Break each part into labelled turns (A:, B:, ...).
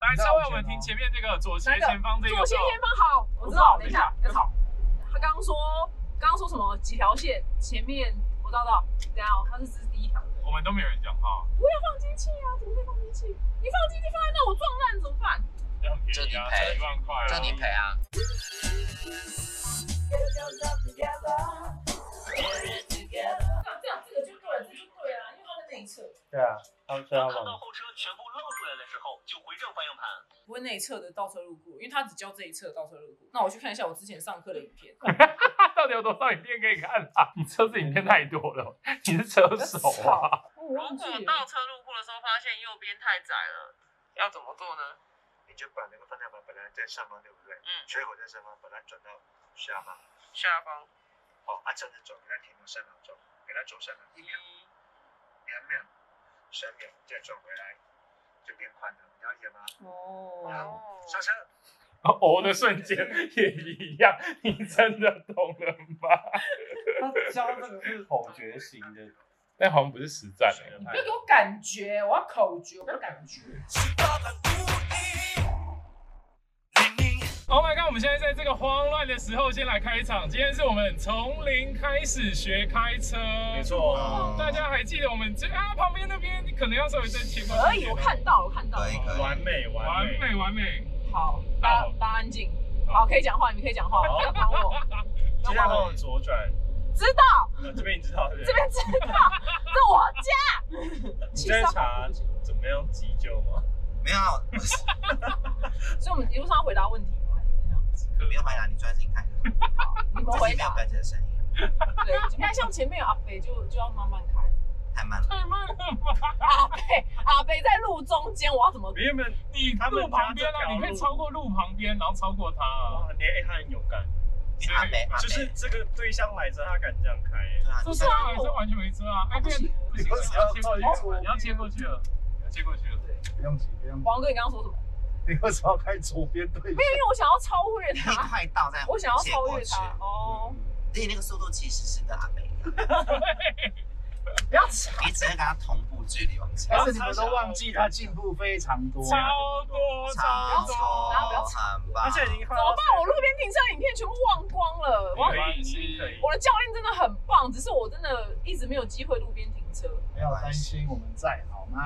A: 来，稍微我们听前面这个左斜前方这个。
B: 哦左斜前方好，我知道，等一下要吵。他刚刚说，刚刚说什么？几条线？前面我知道到，等一下哦，他是这是第一条。
A: 我们都没有人讲话，
B: 不要放机器啊！怎么可以放机器？你放机器放在那，我撞烂怎么办？
A: 这样
C: 这
A: 便
C: 你
A: 宜啊，
C: 赔
A: 才一万块啊。
C: 这你赔啊。
B: 这样这个就对了，这就对了，因为他在内侧，
D: 对啊，他们说
E: 当
D: 要
E: 看到
D: 往
E: 后车全部露出来的时候，就回正方向盘。
B: 不会内侧的倒车入库，因为他只教这一侧倒车入库。那我去看一下我之前上课的影片。
F: 他到底有多少影片可以看啊？你车子影片太多了，你是车手啊？
B: 我哦忘记了
G: 倒车入库的时候发现右边太窄了，要怎么做呢？
H: 你就把那个方向盘本来在上方，对不对？
G: 嗯
H: 缺口在上方，把它转到下方。哦啊
G: 下方
H: 好，按照着走，给它停留三秒钟，给它走三秒，一
G: 一
H: 秒、两秒、三秒，再转回来，就变宽了，了解吗？
B: 哦，
H: 上车。
F: 哦的瞬间也一样，你真的懂了吗？
D: 他教这个是口诀型的，
F: 但好像不是实战
D: 学
F: 的
D: 的，
B: 不要给我感觉，我要口诀，我要感觉。
A: Oh my god！我们现在在这个慌乱的时候，先来开场。今天是我们从零开始学开车，没错。哦大家还记得我们这啊旁边那边可能要稍微再切过去
B: 可
A: 一
B: 以，
A: 点
B: 我看到，我看到。
C: 可以可以。
D: 完美
A: 完美完美。
B: 好，大家大家安静。好，可以讲话，你们可以讲话，不要管 我。
D: 接下来往左转，
B: 知道，
D: 呃这边你知道对不
B: 这
D: 对？
B: 边知道，这我家。
D: 你在查怎么样急救吗？
C: 没有啊，我是
B: 所以我们一路上要回答问题吗？还是怎样？
C: 没有回答，你专心看。
B: 你们
C: 这
B: 回
C: 是没有
B: 答。
C: 关机的声音，
B: 对，你看像前面有阿北，就就要慢慢开。
C: 太慢了。
A: 太慢了吧？
B: 阿北，阿北在路中间，我要怎么？
D: 没有没有，
A: 你
D: 他们
A: 路旁边
D: 家这
A: 啊，
D: 条
A: 你可以
D: 路
A: 超过路旁边，然后超过他啊。
D: 哇，你哎他很勇敢，
C: 因为阿北阿北
D: 就是这个对象来着，他敢这样开。
C: 对啊，
A: 这
C: 你
A: 车
C: 像
A: 啊，这完全没车啊！哎，不行不行，你要切过去了，你要切过去了，你要切过去了。
I: 不用急， 不用急，
B: 王哥，你刚刚说什么？
I: 你为什么要开左边对
B: 没有，因为我想要超越
C: 你
B: 他，
C: 快到再
B: 我想要
C: 借
B: 超
C: 过
B: 越
C: 去
B: 他。哦，
C: 而且那个啊速度其实是跟阿北一样，
B: 不要吵。
C: 你只是跟他同步距离往前。
I: 但是你们都忘记他进步非常多。啊
A: 超多超
C: 超
A: 多，
B: 要不要
C: 超很棒
D: 他！现在已经
B: 怎
D: 快
B: 么
D: 到
B: 办？我路边停车影片全部忘光了。我
A: 可以可以。
B: 我的教练真的很棒，只是我真的一直没有机会路边停车。
I: 不要担心，我们在好吗？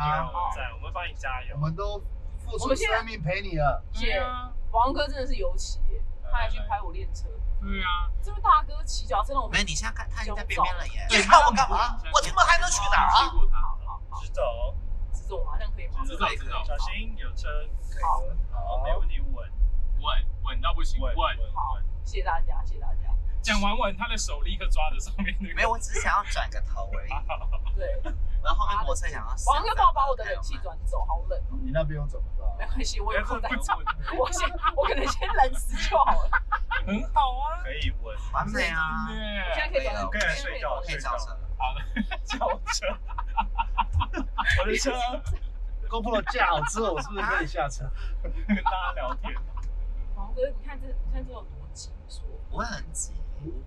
D: 在，我们帮你加油
I: 我。们都付
B: 我
I: 出
B: 们现在
I: 生命陪你了。
B: 谢
A: 对
B: 谢
A: 啊，
B: 王哥真的是尤其耶，他还去拍我练车。
A: 对啊，
B: 这位大哥骑脚车让我
C: 没
B: 们
C: 有，你现在看他已经在边边了耶！你看我干嘛？我他妈还能去哪儿
A: 切
C: 啊？
A: 过他，
D: 直走，
B: 这种好像可以吗？
A: 知道知道，
D: 小心有车。
B: 好，
D: 好，没问题，稳
A: 稳稳到不行，
D: 稳
A: 稳。
D: 稳。
B: 好，谢谢大家，谢谢大家。
A: 讲完稳，他的手立刻抓着上面那个。
C: 没有，我只是想要转个头而已。
B: 对，
C: 然后后面摩托车想要啊闪
B: 王哥帮我把我的冷气转走，好冷，
I: 你那边有怎么了？
B: 没关系，我有空再 找。
D: 稳
B: 我先，我可能先冷死就好 了。
A: 很好啊，
D: 可以 稳。
C: 完美啊！
B: 现在
A: 对，
B: 可以走，
D: 可以啊
B: 现在
D: 睡觉
B: 走
C: 可以叫车了，
D: 轿车，我的车
I: 公布了架好之后，我是不是可以下车？
D: 跟大家聊天。
B: 王哥，你看这，你看这有多紧缩。
C: 不会很急。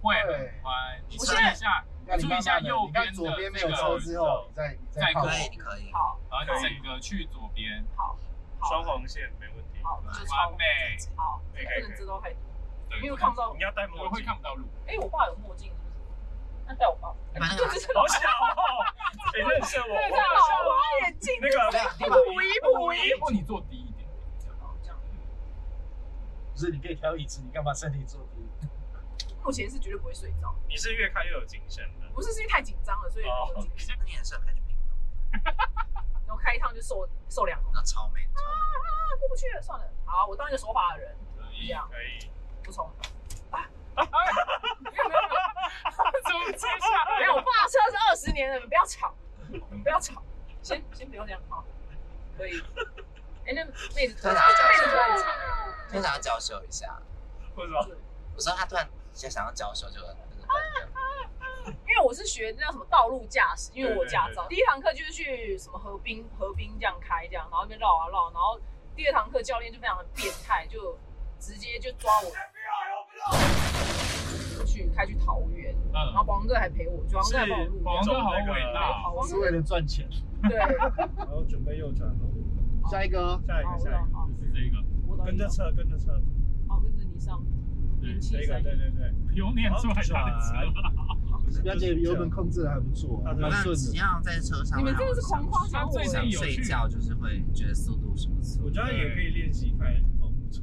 A: 不会很宽。你注意一下，
I: 那你慢慢的，你看
A: 注
I: 左
A: 意一下右
I: 边
A: 边
I: 没
A: 的
I: 有车之后，你再你再靠
C: 可
I: 我。
C: 以，你可以。
B: 好，
A: 然后整个去左边，
B: 好，好，
D: 双黄线没问题。
B: 好，就超
A: 完美。
B: 好，
D: 可以
B: 不
D: 可以
B: 能知道太多。
A: 对，
B: 因为看不到
D: 你，要戴
A: 我
D: 墨
A: 会
D: 镜，
A: 看不到路。
B: 哎，我爸有墨镜是不是？那戴我爸。
C: 你把 那个拿
B: 就是
D: 好小哦，你认识我？
B: 戴老花眼镜，
D: 哦那个
B: 补一补一。
A: 如果你坐低一点，
B: 这样
I: 不是，你可以挑椅子，你干嘛身体坐低？
B: 目前是绝对不会睡着，
D: 你是越看越有精神的。
B: 不是是因为太紧张了，所以
D: 哦
B: 有精神
C: 那你很适合开去屏东，
B: 然后开一趟就瘦瘦两公斤
C: 那超美。超美
B: 啊，过不去了，算了，好，我当一个守法的人，
A: 可
B: 这
A: 以。
B: 样
D: 可以，
B: 不冲。啊
A: 没有没有没有，怎么接下来？
B: 没有，我爸车是二十年了，你们不要吵，你们不要吵，先先不用这样好，可以。哎，那妹子，
C: 突然
B: 妹子
C: 想
B: 突然吵
C: 要交手，，突然想要交手一下。
D: 为什么？
C: 我说他突然就想要交手，就很那个笨掉。
B: 因为我是学那叫什么道路驾驶，因为我有驾照
D: 对对对
B: 第一堂课就是去什么河滨河滨这样开这样，然后那边绕啊绕，然后第二堂课教练就非常的变态，就直接就抓我去开去桃园，然后
A: 嗯，
B: 王哥还陪我，就王哥还帮我录
A: 王
B: 音，
A: 哥好伟大，
J: 啊
B: 好
I: 我
B: 王
I: 是
B: 哥
I: 为了赚钱。
B: 对，
D: 然后准备右转了，
I: 下一个，
D: 下一
B: 好
D: 个，下一个。
B: 好，
D: 跟着车，跟着车，
B: 哦，跟着你上，零
D: 这
B: 七
D: 个
B: 三
D: 对对对，
A: 有念出来他的车吗，
J: 表姐油门控制的还不错，
D: 啊
J: 蛮顺
C: 只
J: 的。
C: 要在车上，
B: 你们真的是狂夸
A: 他
B: 奖我
A: 最
B: 欸，
A: 近
C: 想
A: 有
C: 睡
A: 去
C: 觉，就是会觉得速度是不错
D: 我。觉得也可以练习开保姆车。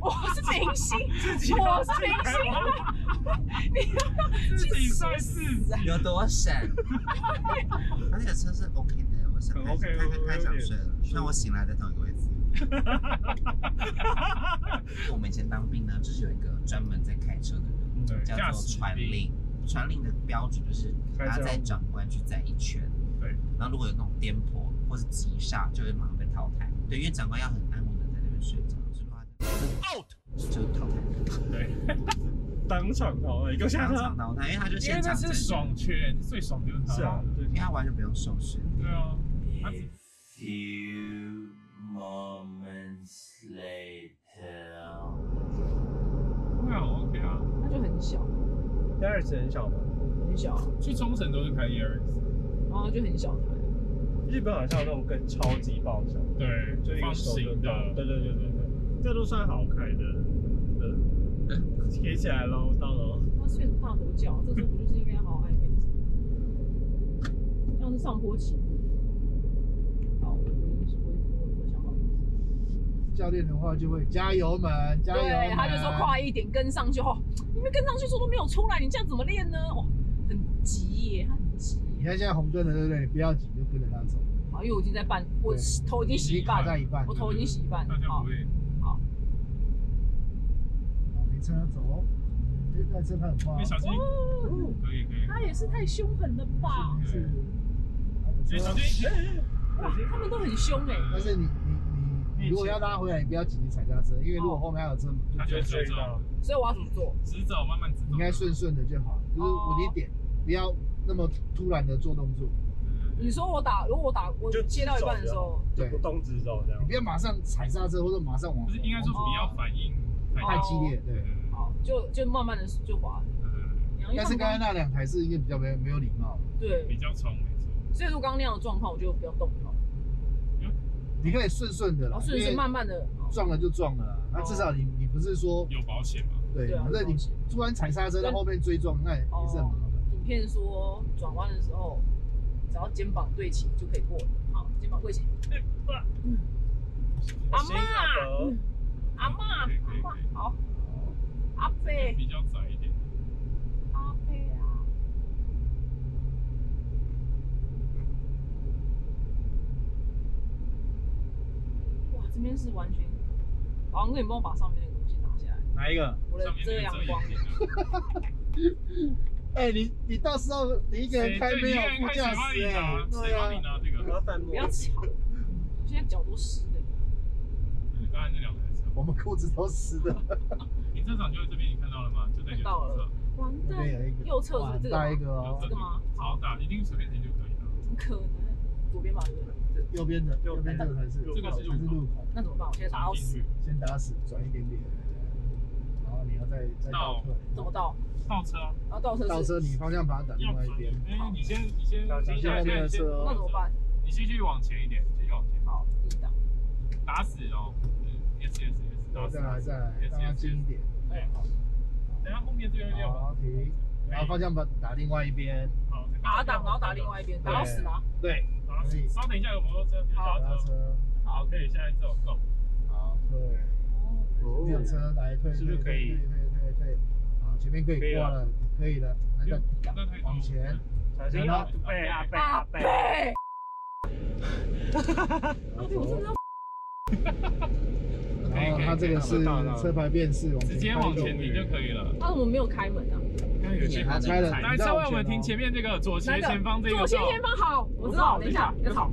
B: 我是明星，
A: 己
B: 我是明星，
A: 自己算是
C: 有多省， 而且车是 OK 的，我想
D: 很
C: 开
D: OK，
C: 开开
D: 我
C: 开
D: 有
C: 想
D: 点
C: 睡了，虽然我醒来在同一个位 置。我们以前当兵呢，就是有一个专门在开车的人，
D: 对
A: 驾
C: 叫做
A: 驶
C: 传
A: 兵
C: 令。传令的标准就是
D: 开
C: 他
D: 车
C: 在长官去载一圈，
D: 对。
C: 然后如果有那种颠簸或是急刹，就会马上被淘汰。对，因为长官要很安稳的在那边睡着，所以他 out 就淘汰，
D: 当场淘汰，一个下
C: 当
D: 车
C: 场。淘汰，因为他就
A: 因为
C: 现
A: 那
C: 场
A: 是
C: 征选
A: 爽圈，最爽就是他。
D: 是啊，对
C: 因为他完全不用受训。
A: 对啊，他只
E: Few moments later.
A: 对啊 OK 啊，
B: 那就很小，
D: 第二次很小嘛，
B: 很小，
A: 去冲绳都是开 Yaris，
B: 然后就很小台，
D: 日本好像有那种跟超级爆车，就
A: 对，
D: 一
A: 方
D: 个手就
A: 形
D: 到了
A: 的，
D: 对对对对对，这都算好开的。呃，贴起来喽，到喽。
B: 他睡得大头觉，这时候不就是应该好好爱妹子？这样是上坡起步。好，我我我我想好。
J: 教练的话就会加油门，加油啊
B: 对，
J: 门。
B: 他就说快一点跟上去哦，你们跟上去速度没有出来，你这样怎么练呢？哦，很急耶，他很急。
J: 你看现在红灯了，对不对？你不要紧，就跟着他走。
B: 好，因为我已经在半，我头已经
J: 你
B: 洗一
J: 卡
B: 半
J: 在
B: 了，
J: 一半，
B: 我头已经洗一半了
A: 大。家不
B: 好，
A: 会
J: 没车走哦，这台车它很快
A: 会小
J: 哦。
A: 心，
B: 哦，
A: 可以可以，
B: 他也是太凶狠了吧？哦
J: 是，哎
A: 所
B: 哎
A: 以小心，
B: 哇，他们都很凶哎。
J: 啊但是你你你如果要拉回来，你不要紧急踩刹车，因为如果后面还有车，
B: 哦
A: 他就会追走，
B: 所以我要怎么做？
A: 直走慢慢直走，
J: 应该顺顺的就好，
B: 哦
J: 就是稳一点，不要那么突然的做动作，
B: 你说我打，如果我打，我
D: 就
B: 接到一半的时候，
D: 就
J: 对
D: 不，动直走这样
J: 你不。要马上踩刹车或者马上往
A: 就，是应该说不要反应
J: 太
A: 太
J: 激
B: 哦
J: 烈，对。
B: 好，就就慢慢的就滑。因为
J: 但
B: 他
J: 是
B: 们
J: 刚才那两台是因为比较没有没有礼貌，
A: 比
B: 对，
A: 较冲，没错。
B: 所以说刚刚那样的状况，我就不要动它，
J: 你可以顺顺的
B: 然
J: 啦，
B: 后哦顺
J: 因
B: 势
J: 为
B: 慢慢哦的。
J: 撞了就撞了啦，那至少你你不是说
A: 有保险嘛？
J: 对，
B: 对啊
J: 反正你
B: 有保险
J: 突然踩刹车到后面追撞，那也是很麻烦。
B: 影片说转弯的时候，只要肩膀对齐就可以过了。好，肩膀跪起。阿嬷
D: 新加坡
B: 阿嬷，阿
A: 可以可以可以
B: 嬷，好。阿贝，
A: 比较窄一点，
B: 阿贝啊，哇，这边是完全，老王哥，你帮我把上面那个东西拿下来，
J: 哪一个？
B: 我的
A: 上面
B: 遮
A: 没有
B: 阳
A: 遮
B: 光
A: 阳。帘啊。
J: 哎，你你到时候你一个人开没有
A: 谁
J: 副
A: 对
J: 驾驶
A: 谁
J: 哎，
A: 帮你拿？谁帮你
J: 对啊，
A: 拿这
D: 我要
A: 个？
D: 戴
B: 不
D: 墨
B: 要
D: 镜。
B: 吵，我现在脚都湿的。
A: 你刚才那两台车，
J: 我们裤子都湿的，
A: 停车场就在这边，你看到了吗？就在你的
B: 看到
A: 左侧
B: 了，完
J: 这边有
B: 蛋，
J: 一个，
B: 右侧是不
J: 哇
B: 是这个
J: 大一个
A: 右
J: 哦
A: 侧
B: 这，个吗
A: 超大，一定随便停就可以了。
B: 怎么可能？左边吧，对不对？
J: 右边的，右边这个才是，
A: 这个是
J: 才是路口，
B: 那怎么办？我现在打到
A: 进
B: 死，
A: 去，
J: 先打死，转一点点，然后你要再再倒退，
B: 怎么倒？
A: 倒车啊，
B: 然后倒车是
J: 倒车你方向盘打另
A: 要
J: 外一
A: 转
J: 边
A: 点。，因哎为你先你先
D: 好
A: 停下来，
J: 先
A: 先
J: 先
A: 先
B: 那怎么办？
A: 你继续往前一点，继续往前，
B: 好，第一档。
A: 打死哦。yes yes yes，
J: 然
A: 打
J: 后
A: 死
J: 再来再来，
A: yes
J: 让它
A: yes
J: 近一
A: yes。
J: 点，
A: 对，好。等下后面这个要
J: 好停，然后方向盘打另外一边，
A: 好，
B: 打档，然后打另外一边，打到死吗？
J: 对，
A: 打死。稍等一下，有摩托车，别打
J: 刹
A: 车。
J: 车，
A: 好，可以，现在走，go。
J: 好退，
D: 哦
J: 没有车来退，
A: 是不是可以啊
J: 退退退退，好，啊前面可以过了，可以了，那就
A: 那太
J: 往前，
D: 小心啊！贝啊贝
B: 阿
D: 啊
B: 贝
D: 贝！，
B: 我真的要
J: 然后哦然后它这个是车牌辨识，往
A: 直接往前停就可以了。
B: 他哦怎么没有开门啊？
A: 刚有些
J: 他开了，
A: 来，
J: 你知道
A: 稍微我们
J: 哦
A: 停前面这个左斜前方这
B: 左
A: 个。
B: 斜前方好，我知道，等一下要吵。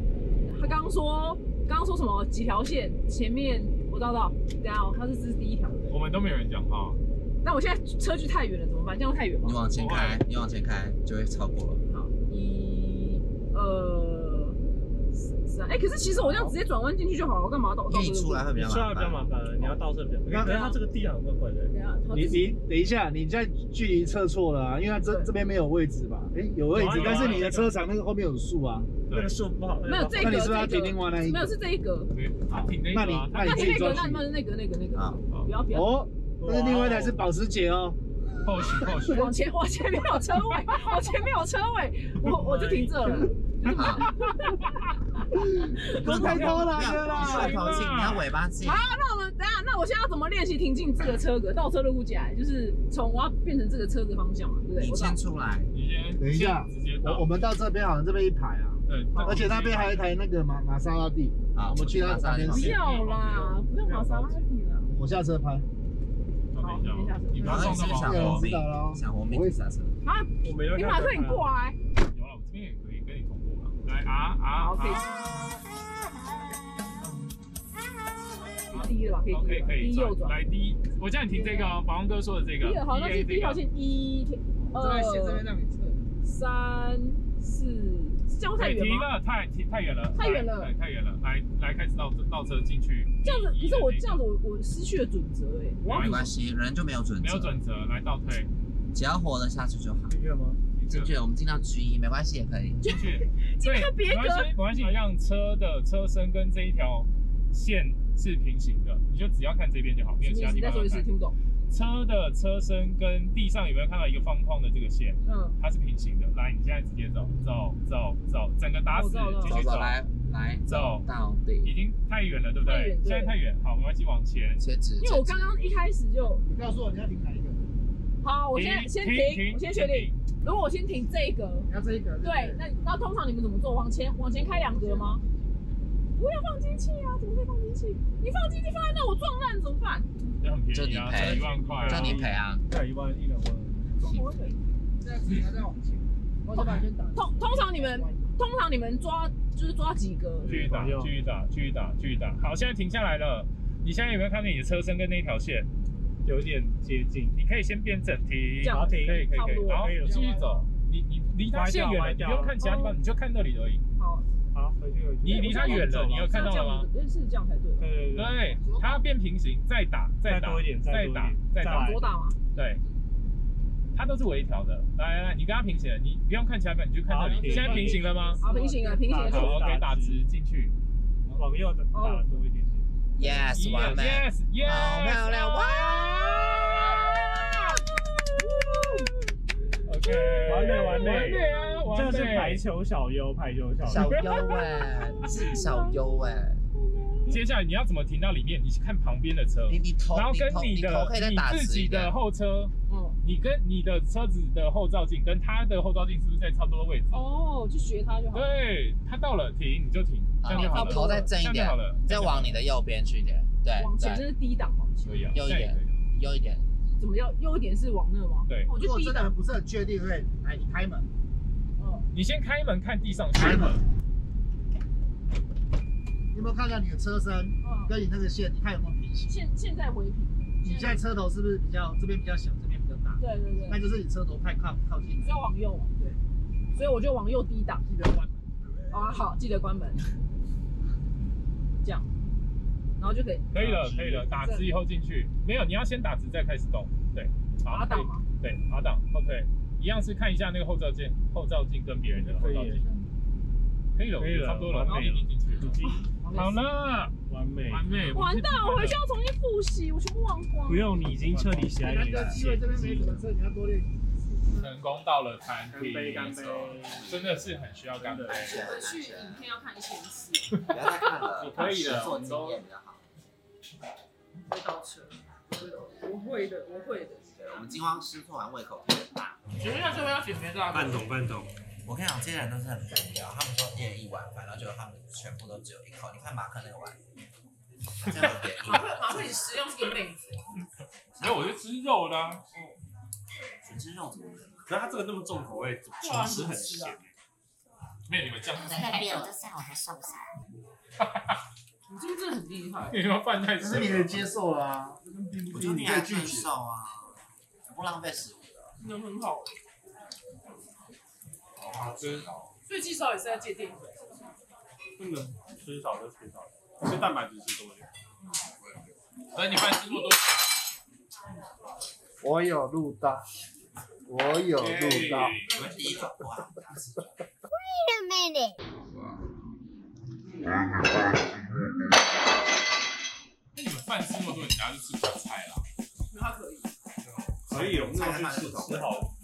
B: 他刚刚说，刚刚说什么几条线？前面我知道到，等一下哦他是这是第一条。
A: 我们都没有人讲话。
B: 那我现在车距太远了，怎么办？这样太远吗
C: 你？往前开，你往前开就会超过了。
B: 好，一、二、三。哎，可是其实我这样直接转弯进去就好了，我干嘛倒
C: 因
B: 倒
C: 为你
B: 车
C: 出来？会比
D: 你
C: 较
D: 出来
C: 麻
D: 比较麻
C: 烦。
D: 烦，你要倒车比较。你看，它这个地好怪怪的。
B: 等一下，他
J: 你你等一下，你在距离测错了啊，因为它这这边没有位置吧？哎，有位置，但是你的车长那个后面有树啊，
D: 那个树不好。
B: 没有这个，
J: 那你是不是要
B: 这
J: 停
B: 个
J: 另外那一
B: 没有
J: 个？
B: 是这一格，
D: 他挺那
J: 那你
D: 个啊，
J: 那你
B: 那
J: 自
B: 那
J: 己
B: 个
J: 抓
B: 那
J: 去。
B: 那那个那个那
C: 啊
B: 个，不要不要，
J: 哦，但是另外一台是保时捷哦。
D: 后续后续。
B: 往前往前面有车位，我前面有车位，我我就停这了。
C: 啊，你不能
J: 太偷懒
C: 没有
J: 了啦
C: 你不能头进，你要尾巴进。
B: 那我们等一下，那我现在要怎么练习停进这个车格？倒车入库起来，就是从我要变成这个车格方向嘛，对不对？
C: 你
B: 我倒
C: 先出来，
A: 你先
J: 等一下
A: 直接
J: 我我
A: 到，
J: 们到这边好像这边一排啊，
A: 对，
J: 而且那边还有一台那个玛玛莎拉蒂，
C: 好，
J: 我们去那
C: 上
J: 边
B: 不
J: 吃
B: 要啦，不要玛莎拉蒂了。
J: 我下车拍。
D: 好等一下
A: 你不
C: 然
A: 要
C: 后
A: 撞
C: 你
A: 到
C: 是
A: 吗？
C: 小
J: 有人
C: 活
J: 知道了哦
C: 命，小活命下车。
B: 啊，
D: 我没有
B: 你
D: 看
B: 马克，你过来。
A: 有了，我这边也可以跟你同步了。来啊啊
B: 好，
A: 啊！
B: 可以。低了吧？可以
A: 好，可以可以
B: 低右
A: 转
B: 转。
A: 来 D，我叫你停这个哦，宝龙哥说的这个
B: 第二号，那是
A: DA
B: 第一
A: 这
B: 号
A: 个，
B: 线，一、
I: 在写这边
B: 二、
I: 让你测。
B: 三、四，是这样会太
A: 对，
B: 远
A: 停
B: 吗？
A: 了，太停太远了，
B: 太远了
A: 来对太远了，来来开始倒倒车进去。
B: 这样子，可是我这样
A: 子
B: 子，我我失去了准则哎，我要
C: 没关系，人就没有准
A: 没有
C: 则，
A: 准则，来倒退
C: 只要活得下去就好。
D: 这个吗？
C: 进去，我们进到 G 一，没关系也可以。
A: 进去，对，
B: 个别
A: 没
B: 格
A: 关系没关系，让车的车身跟这一条线是平行的，你就只要看这边就好，没有
B: 什么
A: 其他地
B: 意思？你再
A: 方
B: 说一
A: 要
B: 次，
A: 看。
B: 听不懂。
A: 车的车身跟地上有没有看到一个方框的这个线？
B: 嗯，
A: 它是平行的。来，你现在直接走，走，走，走，整个打死，
B: 我知道了
A: 继
C: 走
A: 续
C: 走来来
A: 走
C: 到
A: 已
C: 底，
A: 经太远了，对不
B: 太
A: 对
B: 远？对
A: 现在太远，好，我们一起往前。
C: 切指。
B: 因为我刚刚一开始就
J: 你告诉我你要停哪一个？
B: 好，我先
A: 停
B: 先
A: 停
B: 停，
A: 停
B: 我先确定。如果我先停这一格，
J: 你要这一个。
B: 对，那那通常你们怎么做？往前往前开两格吗？不要放机器啊！怎么可以放机器？你放机器放在那，我撞烂怎么办？
A: 这很便宜啊，
C: 就你
A: 才
C: 赔
A: 一万块啊。
C: 叫你赔啊，
D: 大概一万一两万。
B: 我会
I: 这样子你要再往前，我
B: 再把
I: 先打
B: 通通常你们通常你们抓就是抓几格？
A: 继续打，继续打，继续打，继续打。好，现在停下来了。你现在有没有看见你的车身跟那条线有一点接近？你可以先变整题，
B: 这样
A: 可以可以可以
B: 差不，多
A: 然后
D: 可以了
A: 继续走。你你离它线远了，
D: 歪
A: 你
D: 掉
A: 不用看其他地
B: 哦
A: 方，你就看那里而已。
B: 好，
D: 好，回去回去。
A: 你离它远了，你有看到了吗？
B: 是这样子？是这样才对。
D: 对对对，
A: 对，
B: 哦
A: 它变平行，再打，
D: 再
A: 打
D: 多一，点，
A: 再
D: 多一
A: 打
D: 点，，
A: 再打
D: 来，
B: 左打吗？
A: 对，它都是微调的。来来来，你跟它平行了，你不用看其他地方，你就看这
D: 好
A: 里。你现在平行了吗？
B: 好，平行了，平行了
D: 打
B: 就
A: 好
D: 左
A: ，OK，打直进去。
D: 往右打打多一点点。
C: ，yes Oh, 完美，
A: Yes，Yes，
C: 好漂亮哇！
A: OK，
D: 完美完
A: 完
D: 美
A: 美啊，完
D: 这
A: 美。
D: 是排球小优，排球小
C: 小
D: 优。
C: 优哎，是小优哎，
A: 接下来你要怎么停到里面？你去看旁边的车，
C: 你你头
A: 然后
C: 你
A: 跟
C: 头
A: 你
C: 头
A: 的
C: 可以再
A: 你
C: 打
A: 自
C: 直一
A: 己的
C: 点，
A: 后车，
B: 嗯，
A: 你跟你的车子的后照镜跟他的后照镜是不是在差不多的位置？
B: 哦，就学他就好。
A: 对，他到了停你就停，这样
C: 啊你
A: 就好
C: 头
A: 了。
C: 头再正一
A: 这样
C: 点
A: 就好了，
C: 再往你的右边去一点，对
B: 往前
C: 对，
B: 那是低档往前
A: 可，以啊，
C: 右一点
A: 对可以啊
C: 右一点，
B: 怎么要优点是往那吗？
A: 对
B: 我
J: 如
B: 就
J: 果
B: 低
J: 真的
B: 档。
J: 不是很确定，对，来你开门。
B: 嗯，
A: 你先开门看地上去，
J: 开门你有没有看到你的车身
B: 嗯，
J: 跟你那个线，你看有没有平行？
B: 现现在回平。
J: 你现在车头是不是比较这边比较小，这边比较大？
B: 对对对
J: 那，就是你车头太靠靠近
B: 要往右。
J: 对，
B: 所以我就往右低档。
J: 记得关门。
B: 啊，好，记得关门。这样，然后就可以
A: 可以了，可以了，打直以后进去，没有，你要先打直再开始动，对，好，
B: 打
A: 可以
B: 档嘛。
A: 对，好挡后退，一样是看一下那个后照镜，后照镜跟别人的后照镜，可以了，
D: 可以了
A: 差不多了，然后
D: 完美
A: 你
D: 了
A: 已经进去了
D: 已。经
A: 好了，
D: 完美，
A: 完美。
B: 完蛋，我回去要重新复习，我全部忘光。
D: 不用，你已经彻底喜爱
J: 难
D: 你
J: 得
D: 的
J: 机会，这边没什么车，你要多练习。
A: 成功到了餐厅，
D: 干杯
A: 真的是很需要干杯。
B: 回去影片要看一千次，
C: 不要再看了
A: 你可以了
C: 做经验比较好。
B: 会倒车，会倒车我会的，我会的。
C: 对，我们惊慌失措完胃口特别大。
G: 请问一下，这位要减肥多少
H: 啊
D: 半桶半桶，
C: 我跟你讲，这些人都是很无聊，他们说一人一碗饭，然后结果他们全部都只有一口。你看马克那个碗，这样有点硬
G: 马克，马克，你实用是个妹子。
F: 没有，我就吃肉啦、
C: 全是肉怎么可能？
D: 可是它这个那么重口味，确实很咸。
A: 没有你们这样，
K: 在比我就算我还受伤。
G: 你这个真的很厉害。
A: 你们饭太
J: 可是你
A: 深
J: 也
A: 了。
J: 接受了啊，
C: 我觉得你还
J: 拒
C: 很
J: 绝
C: 瘦啊，不浪费食物的，
G: 能很好，
C: 好好吃哦。
G: 所以纪少也是在戒淀粉。
D: 真的吃少就吃少，吃蛋白质吃多一点。
F: 而你饭吃过多
J: 我有录到，我有录到。
C: 你们第一口哇，
K: Wait a minute.
A: 那你们饭吃那么多，你等下就吃不了菜啦。
L: 他可以。
A: 哦
C: 所以我们那种去吃吃好